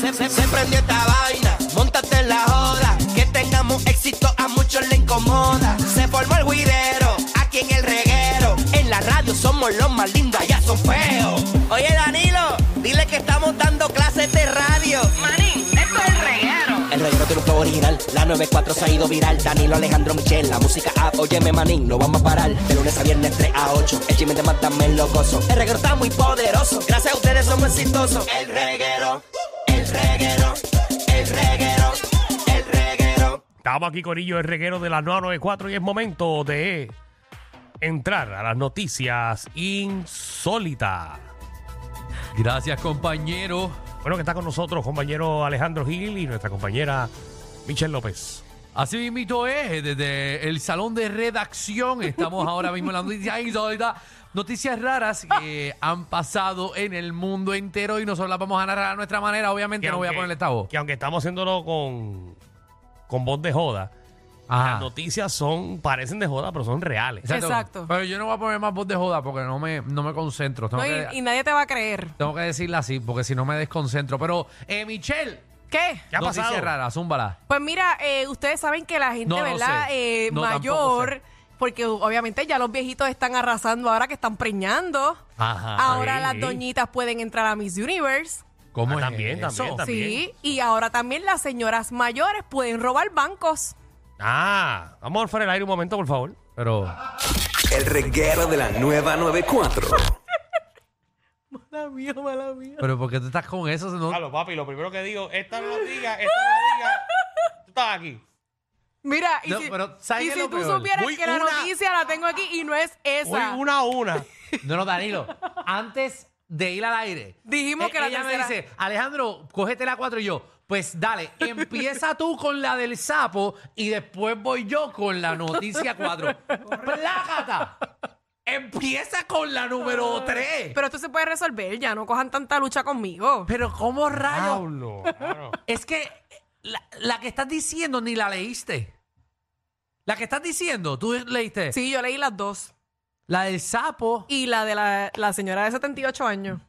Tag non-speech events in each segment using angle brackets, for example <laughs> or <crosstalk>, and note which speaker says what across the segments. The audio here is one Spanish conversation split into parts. Speaker 1: prendí esta vaina, montate en la joda. Que tengamos éxito a muchos le incomoda. Se formó el guidero, aquí en el reguero. En la radio somos los más lindos, allá son feos. Oye Danilo, dile que estamos dando clases de radio.
Speaker 2: Manín, esto es el reguero.
Speaker 1: El reguero tiene un flow original, la 94 se ha ido viral. Danilo Alejandro Michel, la música app, óyeme manín, no vamos a parar. De lunes a viernes 3 a 8, el chisme te mata me locoso. El reguero está muy poderoso, gracias a ustedes somos exitosos. El reguero, el reguero, el reguero, el reguero.
Speaker 3: Estamos aquí con el reguero de la 994 y es momento de entrar a las noticias insólitas.
Speaker 4: Gracias, compañero.
Speaker 3: Bueno, que está con nosotros compañero Alejandro Gil y nuestra compañera Michelle López.
Speaker 4: Así mismo es, desde el salón de redacción estamos ahora mismo en las noticias insólitas, noticias raras que han pasado en el mundo entero y nosotros las vamos a narrar a nuestra manera. Obviamente no voy a ponerle esta voz.
Speaker 3: Que aunque estamos haciéndolo con, con voz de joda, las
Speaker 4: Ajá.
Speaker 3: noticias son, parecen de joda, pero son reales.
Speaker 5: Exacto.
Speaker 4: Pero yo no voy a poner más voz de joda porque no me, no me concentro. Tengo,
Speaker 5: No,
Speaker 4: que,
Speaker 5: y, y nadie te va a creer.
Speaker 4: tengo que decirla así porque si no me desconcentro. Pero, eh, Michelle,
Speaker 5: ¿Qué?
Speaker 3: ¿Qué ha
Speaker 4: noticias
Speaker 3: pasado?
Speaker 4: raras, zúmbala.
Speaker 5: Pues mira, eh, ustedes saben que la gente,
Speaker 4: No, no
Speaker 5: ¿verdad?
Speaker 4: sé.
Speaker 5: Eh,
Speaker 4: No,
Speaker 5: mayor,
Speaker 4: tampoco
Speaker 5: porque obviamente ya los viejitos están arrasando ahora que están preñando.
Speaker 4: Ajá.
Speaker 5: ahora
Speaker 3: sí.
Speaker 5: las doñitas pueden entrar a Miss Universe.
Speaker 4: ¿Cómo
Speaker 3: Ah,
Speaker 4: es
Speaker 3: también,
Speaker 4: eso?
Speaker 3: también, también.
Speaker 5: Sí, y ahora también las señoras mayores pueden robar bancos.
Speaker 3: Ah, vamos a orfar el aire un momento, por favor.
Speaker 4: Pero,
Speaker 6: El reguero de la nueva 94.
Speaker 5: Mala mía, mala mía.
Speaker 4: pero ¿por qué tú estás con eso? No-
Speaker 3: Claro, papi, lo primero que digo, esta no lo diga, esta no lo diga. Tú estabas aquí.
Speaker 5: Mira, y
Speaker 4: No,
Speaker 5: si,
Speaker 4: pero ¿sabes
Speaker 5: y
Speaker 4: qué es
Speaker 5: si
Speaker 4: lo
Speaker 5: tú
Speaker 4: peor?
Speaker 5: supieras
Speaker 3: Voy
Speaker 5: que la
Speaker 3: una-
Speaker 5: noticia la tengo aquí y no es
Speaker 3: Voy
Speaker 5: esa.
Speaker 3: una a una.
Speaker 4: No, no, Danilo. Antes de ir al aire.
Speaker 5: Dijimos
Speaker 4: e-
Speaker 5: que la
Speaker 4: ella me
Speaker 5: tercera-
Speaker 4: dice, Alejandro, cógete la cuatro y yo. Pues dale, empieza tú con la del sapo y después voy yo con la noticia 4. ¡Plácata! Empieza con la número 3. Pero,
Speaker 5: Pero esto se puede resolver, ya no cojan tanta lucha conmigo.
Speaker 4: ¿cómo rayos?
Speaker 3: Diablo, claro.
Speaker 4: Es que la, la que estás diciendo ni la leíste. La que estás diciendo, tú leíste.
Speaker 5: Sí, yo leí las dos.
Speaker 4: La del sapo.
Speaker 5: y la de la, la señora de 78 años,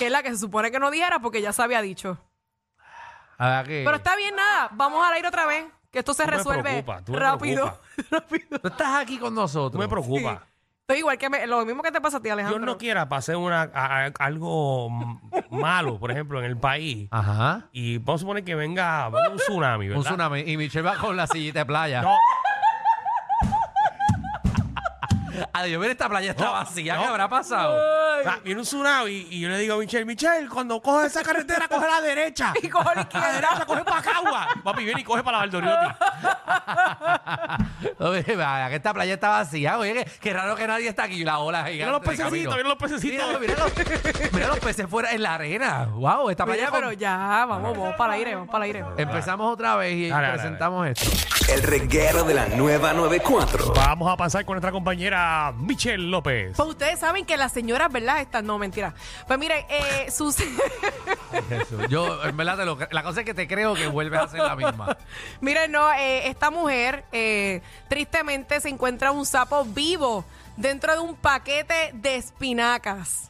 Speaker 5: que es la que se supone que no dijera porque ya se había dicho.
Speaker 4: A ver, Ah, que-
Speaker 5: Pero está bien, nada, vamos al aire otra vez, que esto se
Speaker 3: Tú me
Speaker 5: resuelve
Speaker 3: preocupas, tú me
Speaker 5: rápido. rápido.
Speaker 4: Tú estás aquí con nosotros.
Speaker 3: Tú me preocupas.
Speaker 5: <laughs> Estoy igual que me- lo mismo que te pasa a ti, Alejandro.
Speaker 3: Dios no quiera pasar una, a- a- algo m- malo, por ejemplo, en el país.
Speaker 4: Ajá.
Speaker 3: Y vamos a suponer que venga venga un tsunami, ¿verdad?
Speaker 4: Un tsunami. Pues Y Michelle va con la sillita de playa. <laughs>
Speaker 3: No,
Speaker 4: Adiós, ver esta playa está vacía.
Speaker 3: no.
Speaker 4: ¿Qué habrá pasado?
Speaker 3: o sea, viene un tsunami y yo le digo a Michelle, Michelle, cuando coge esa carretera, coge a la derecha.
Speaker 5: <laughs> <laughs> Y cojo la
Speaker 3: A la
Speaker 5: izquierda.
Speaker 3: derecha, coge para Cagua. Papi, viene y coge para la Valdoriotti.
Speaker 4: Oye, vaya, que esta playa está vacía. Oye, que- qué, raro que nadie está aquí. La ola gigante.
Speaker 3: Mira los
Speaker 4: de camino.
Speaker 3: pececitos, mira los pececitos.
Speaker 4: Mira, mira los, mira los peces fuera en la arena. Wow, esta
Speaker 5: Oye,
Speaker 4: playa. con-
Speaker 5: pero ya, vamos, vamos para el aire, vamos para el aire.
Speaker 4: Empezamos otra vez y
Speaker 3: Dale, dale, <laughs>
Speaker 4: presentamos esto.
Speaker 6: El reguero de la nueva 94.
Speaker 3: Vamos a pasar con nuestra compañera Michelle López.
Speaker 5: Pues ustedes saben que las señoras, ¿verdad? Están, no, mentira. Pues miren, eh, <laughs> sus...
Speaker 4: Eso. Yo, en verdad, te lo cre- la cosa es que te creo que vuelves a ser la misma.
Speaker 5: Miren, no, eh, esta mujer eh, tristemente se encuentra un sapo vivo dentro de un paquete de espinacas.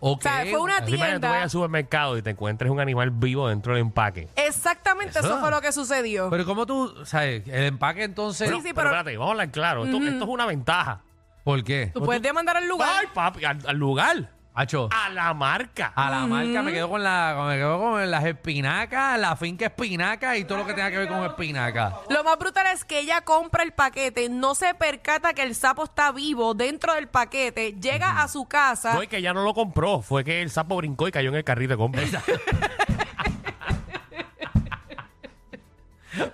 Speaker 4: Ok.
Speaker 5: sea, fue una-
Speaker 3: Así imagínate, tú
Speaker 5: tienda.
Speaker 3: vayas al supermercado y te encuentres un animal vivo dentro del empaque.
Speaker 5: Exactamente eso,
Speaker 4: Eso.
Speaker 5: fue lo que sucedió.
Speaker 4: Pero como tú, ¿sabes? El empaque entonces.
Speaker 5: Sí, sí,
Speaker 3: Pero
Speaker 5: pero
Speaker 3: espérate, vamos a hablar claro. Esto, esto es una ventaja.
Speaker 4: ¿Por qué?
Speaker 5: tú puedes demandar al
Speaker 3: Ay,
Speaker 5: lugar.
Speaker 3: papi, al, al lugar,
Speaker 5: Ah,
Speaker 4: Hacho.
Speaker 3: a la marca.
Speaker 4: A la marca me quedo con la, me quedo con las espinacas, la finca espinaca y todo lo que tenga que ver con espinaca. <laughs>
Speaker 5: Lo más brutal es que ella compra el paquete, no se percata que el sapo está vivo dentro del paquete, llega a su casa.
Speaker 3: Fue que ya no lo compró, fue que el sapo brincó y cayó en el carrito de compra.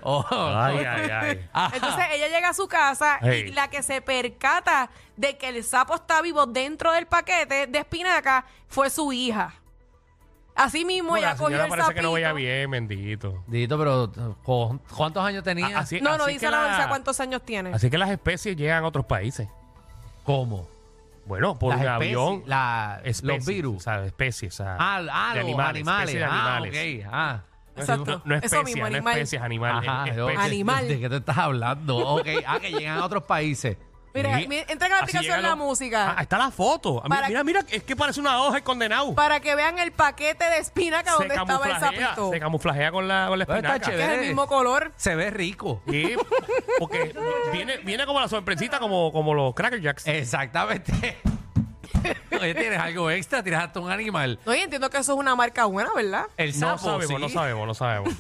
Speaker 4: Oh.
Speaker 3: ay, ay, ay.
Speaker 4: Ah,
Speaker 5: Entonces ella llega a su casa
Speaker 3: Hey.
Speaker 5: y la que se percata de que el sapo está vivo dentro del paquete de espinaca fue su hija. Así mismo
Speaker 3: Bueno,
Speaker 5: ella
Speaker 3: la
Speaker 5: cogió
Speaker 3: señora
Speaker 5: el
Speaker 3: parece
Speaker 5: sapito.
Speaker 3: que no veía bien, bendito.
Speaker 4: Dito, pero ¿cu- ¿cuántos años tenía?
Speaker 3: A- así-
Speaker 5: No, no
Speaker 3: así
Speaker 5: dice
Speaker 3: que
Speaker 5: la
Speaker 3: la-
Speaker 5: bolsa cuántos años tiene.
Speaker 3: Así que las especies llegan a otros países.
Speaker 4: ¿Cómo?
Speaker 3: Bueno, por
Speaker 4: Las
Speaker 3: un
Speaker 4: especies,
Speaker 3: avión.
Speaker 4: la-
Speaker 3: especies,
Speaker 4: los virus.
Speaker 3: O sea, especies. O sea,
Speaker 4: Ah, ah,
Speaker 3: de
Speaker 4: los
Speaker 3: animales.
Speaker 4: animales.
Speaker 3: especies de animales.
Speaker 4: Ah, ok. Ah.
Speaker 5: Exacto.
Speaker 3: No, no
Speaker 5: Eso
Speaker 3: especies,
Speaker 5: mismo,
Speaker 3: no
Speaker 5: animal.
Speaker 3: especies, animales.
Speaker 4: Ajá,
Speaker 3: especies.
Speaker 4: yo-
Speaker 5: Animal.
Speaker 4: ¿De qué te estás hablando? Ok, ah, que llegan a otros países.
Speaker 5: Mira,
Speaker 3: Sí.
Speaker 5: mi- entra en la
Speaker 3: Así
Speaker 5: aplicación
Speaker 3: llegan
Speaker 5: la
Speaker 3: los-
Speaker 5: música.
Speaker 3: Ah, ahí está la foto. Ah, mi-
Speaker 5: Para-
Speaker 3: Mira, mira, es que parece una hoja el condenado.
Speaker 5: Para que vean el paquete de
Speaker 3: se
Speaker 5: espinaca donde estaba el
Speaker 3: camuflajea,
Speaker 5: sapito.
Speaker 3: se
Speaker 5: Que
Speaker 3: camuflajea con la, con la
Speaker 4: Pero está
Speaker 3: espinaca.
Speaker 5: es el
Speaker 4: Chévere.
Speaker 5: mismo color.
Speaker 4: Se ve rico.
Speaker 3: Sí, porque viene, viene como la sorpresita, como, como los Cracker Jacks.
Speaker 4: Exactamente. <laughs> Oye, tienes algo extra, tienes hasta un animal.
Speaker 5: No, y entiendo que eso es una marca buena, ¿verdad?
Speaker 4: El
Speaker 3: no
Speaker 4: sapo,
Speaker 3: sabemos,
Speaker 4: sí.
Speaker 3: no sabemos, no
Speaker 5: <laughs>
Speaker 3: sabemos,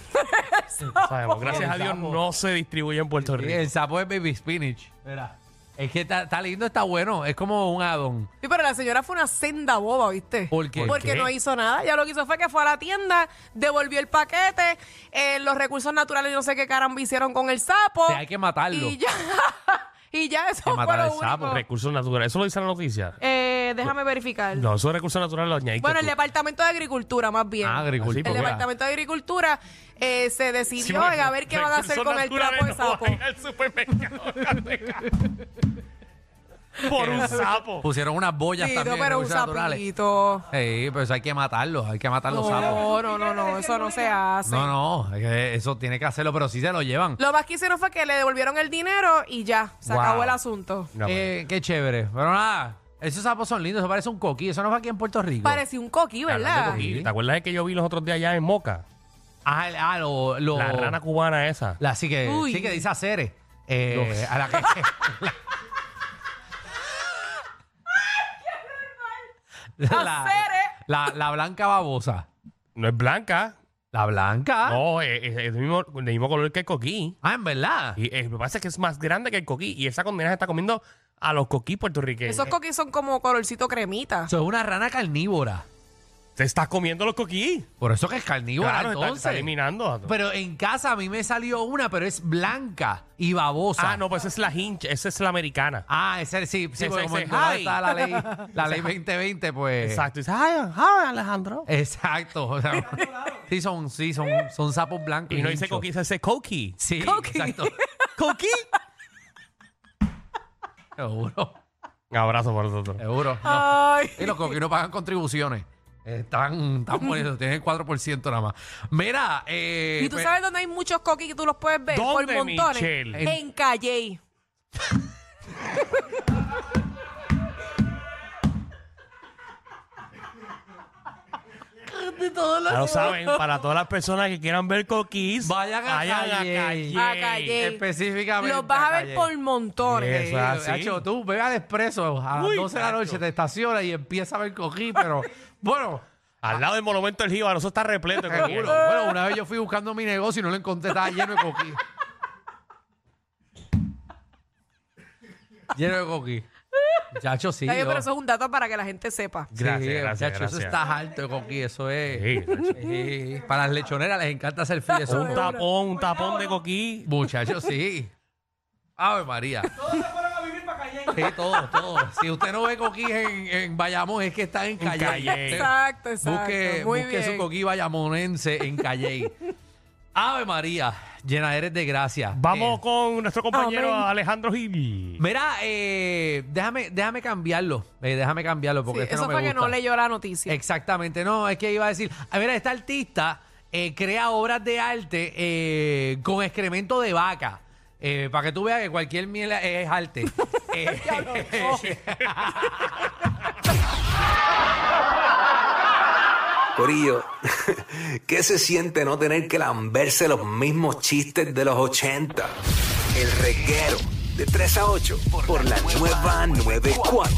Speaker 3: no sabemos. Gracias a Dios no se distribuye en Puerto
Speaker 4: Sí,
Speaker 3: Rico.
Speaker 4: El sapo es baby spinach. Mira. Es que está, está lindo, está bueno. Es como un addon.
Speaker 5: Sí, pero la señora fue una senda boba, ¿viste?
Speaker 4: ¿Por qué?
Speaker 5: Porque
Speaker 3: ¿Por qué?
Speaker 5: no hizo nada. Ya lo que hizo fue que fue a la tienda, devolvió el paquete, eh, los recursos naturales, yo no sé qué caramba hicieron con el sapo.
Speaker 4: Sí, hay que matarlo.
Speaker 5: Y ya, <laughs> y ya eso
Speaker 4: Hay que
Speaker 5: fue
Speaker 4: matar
Speaker 5: lo
Speaker 4: al
Speaker 5: único.
Speaker 4: sapo, correcto.
Speaker 3: Recursos naturales. Eso lo dice la noticia.
Speaker 5: Eh, déjame verificar.
Speaker 3: No, eso de recursos naturales lo añadiste.
Speaker 5: Bueno, el
Speaker 3: tú.
Speaker 5: Departamento de Agricultura, más bien.
Speaker 4: Ah,
Speaker 3: Así,
Speaker 4: agricultura.
Speaker 5: El
Speaker 3: pues, mira.
Speaker 5: Departamento de Agricultura eh, se
Speaker 3: Sí,
Speaker 5: decidió
Speaker 3: porque
Speaker 5: en a ver qué van a hacer
Speaker 3: recursos
Speaker 5: con el
Speaker 3: naturales
Speaker 5: trapo de
Speaker 3: no
Speaker 5: sapo.
Speaker 3: van al supermercado. Por
Speaker 5: <laughs>
Speaker 3: un sapo.
Speaker 4: Pusieron unas boyas
Speaker 5: Sí,
Speaker 4: también.
Speaker 5: pero un
Speaker 4: recursos naturales.
Speaker 5: sapito.
Speaker 4: Sí, pero eso hay que matarlos, hay que matar los sapos.
Speaker 5: No, no, no, no, eso no se hace.
Speaker 4: No, no, es que eso tiene que hacerlo, pero sí se lo llevan.
Speaker 5: Lo más que hicieron fue que le devolvieron el dinero y ya, se
Speaker 3: Wow.
Speaker 5: acabó el asunto.
Speaker 3: No,
Speaker 4: Eh, qué chévere. Pero nada, esos sapos son lindos, eso parece un coquí, eso no fue aquí en Puerto Rico.
Speaker 5: Parecía un coquí,
Speaker 3: pues, hablando
Speaker 5: ¿verdad?
Speaker 3: de coquí, ¿Te acuerdas de que yo vi los otros días allá en Moca?
Speaker 4: Ah, el- ah, lo, lo-
Speaker 3: La rana cubana esa.
Speaker 4: la- sí que,
Speaker 5: Uy.
Speaker 4: sí que dice hacer. Eh,
Speaker 3: Dios.
Speaker 4: a
Speaker 3: <laughs>
Speaker 4: la que. <laughs> la,
Speaker 5: Acere.
Speaker 4: la- la blanca babosa.
Speaker 3: No es blanca.
Speaker 4: La blanca.
Speaker 3: No, es, es- es del, mismo, del mismo color que el coquí.
Speaker 4: Ah, en verdad.
Speaker 3: Y eh, me parece que es más grande que el coquí. Y esa condena se está comiendo a los coquí
Speaker 4: eh.
Speaker 3: puertorriqueños.
Speaker 5: Esos coquís son como colorcito cremita.
Speaker 4: Eso es una rana carnívora.
Speaker 3: se está comiendo los coquí.
Speaker 4: Por eso que es carnívora,
Speaker 3: Claro, está-
Speaker 4: entonces.
Speaker 3: está eliminando a-
Speaker 4: Pero en casa a mí me salió una, pero es blanca y babosa.
Speaker 3: Ah, no, pues esa es la hincha, esa es la americana.
Speaker 4: Ah, ese sí, sí,
Speaker 3: Ese-
Speaker 4: porque como
Speaker 3: ese-
Speaker 4: en Colorado
Speaker 3: ¡Ay!
Speaker 4: está la ley,
Speaker 3: <laughs>
Speaker 4: la ley 2020, pues.
Speaker 3: Exacto. Y dice, ay, ay, Alejandro.
Speaker 4: Exacto. o sea, sí, son, sí, son, son sapos blancos.
Speaker 3: Y no dice
Speaker 4: hinchos.
Speaker 3: coquí, se dice coquí.
Speaker 4: Sí,
Speaker 5: Coqui. <laughs>
Speaker 4: exacto.
Speaker 3: ¿Coquí?
Speaker 4: Seguro,
Speaker 3: Un abrazo para nosotros.
Speaker 4: seguro. no.
Speaker 5: Ay.
Speaker 4: Y los coquí no pagan contribuciones. Están, están bonitos, tienen el 4% nada más. Mira, eh,
Speaker 5: ¿Y tú
Speaker 4: pues,
Speaker 5: sabes dónde hay muchos coquí que tú los puedes ver por
Speaker 3: ¿Dónde,
Speaker 5: montones?
Speaker 3: Michelle?
Speaker 5: En Calle.
Speaker 3: Ya lo saben, para todas las personas que quieran ver coquís,
Speaker 4: Vayan a Calle.
Speaker 5: A Calle.
Speaker 4: específicamente.
Speaker 5: Los vas a ver
Speaker 4: Calle.
Speaker 5: por montones.
Speaker 3: Eso es así.
Speaker 4: Hacho, tú ve al expreso a las
Speaker 3: Uy,
Speaker 4: 12 de la noche,
Speaker 3: tacho.
Speaker 4: te estacionas y empieza a ver coquí, pero <laughs> bueno,
Speaker 3: Al lado del monumento del Jíbaro, eso está repleto de coquí.
Speaker 4: Seguro. Bueno, una vez yo fui buscando mi negocio y no lo encontré, estaba lleno de coquí. <laughs> lleno de coquí. Chacho, sí.
Speaker 5: Está bien,
Speaker 4: yo-
Speaker 5: pero eso es un dato para que la gente sepa.
Speaker 3: Gracias,
Speaker 4: Sí,
Speaker 3: gracias,
Speaker 4: chacho,
Speaker 3: gracias.
Speaker 4: Eso está alto de coquí, eso
Speaker 3: Sí,
Speaker 4: es.
Speaker 3: chacho.
Speaker 4: Sí. Para las lechoneras les encanta
Speaker 5: <laughs>
Speaker 4: hacer frío. Eso
Speaker 3: Un tapón, un tapón de coquí.
Speaker 4: Muchachos, sí. Ave María. Todos se fueron a vivir para Calle. Sí, todos, todos. Si usted no ve coquí en, en Bayamón, es que está en Calle.
Speaker 3: Calle.
Speaker 4: Usted-
Speaker 5: Exacto, exacto.
Speaker 4: Busque,
Speaker 5: Muy
Speaker 4: busque
Speaker 5: bien.
Speaker 4: su coquí bayamonense en
Speaker 5: <laughs>
Speaker 4: Calle. Ave María, llena eres de gracia.
Speaker 3: Vamos
Speaker 4: Eh,
Speaker 3: con nuestro compañero
Speaker 5: Amén.
Speaker 3: Alejandro Gil.
Speaker 4: mira, eh, déjame, déjame cambiarlo. eh, déjame cambiarlo
Speaker 5: Sí,
Speaker 4: porque este
Speaker 5: eso
Speaker 4: no me
Speaker 5: fue que
Speaker 4: gusta.
Speaker 5: no leyó la noticia.
Speaker 4: Exactamente, no, es que iba a decir, a ver, este artista eh, crea obras de arte eh, con excremento de vaca. Eh, para que tú veas que cualquier miel es
Speaker 5: <laughs>
Speaker 4: arte. Eh,
Speaker 6: Corillo, <laughs> ¿qué se siente no tener que lamberse los mismos chistes de los 80? El reguero de 3 a 8 por la nueva 94.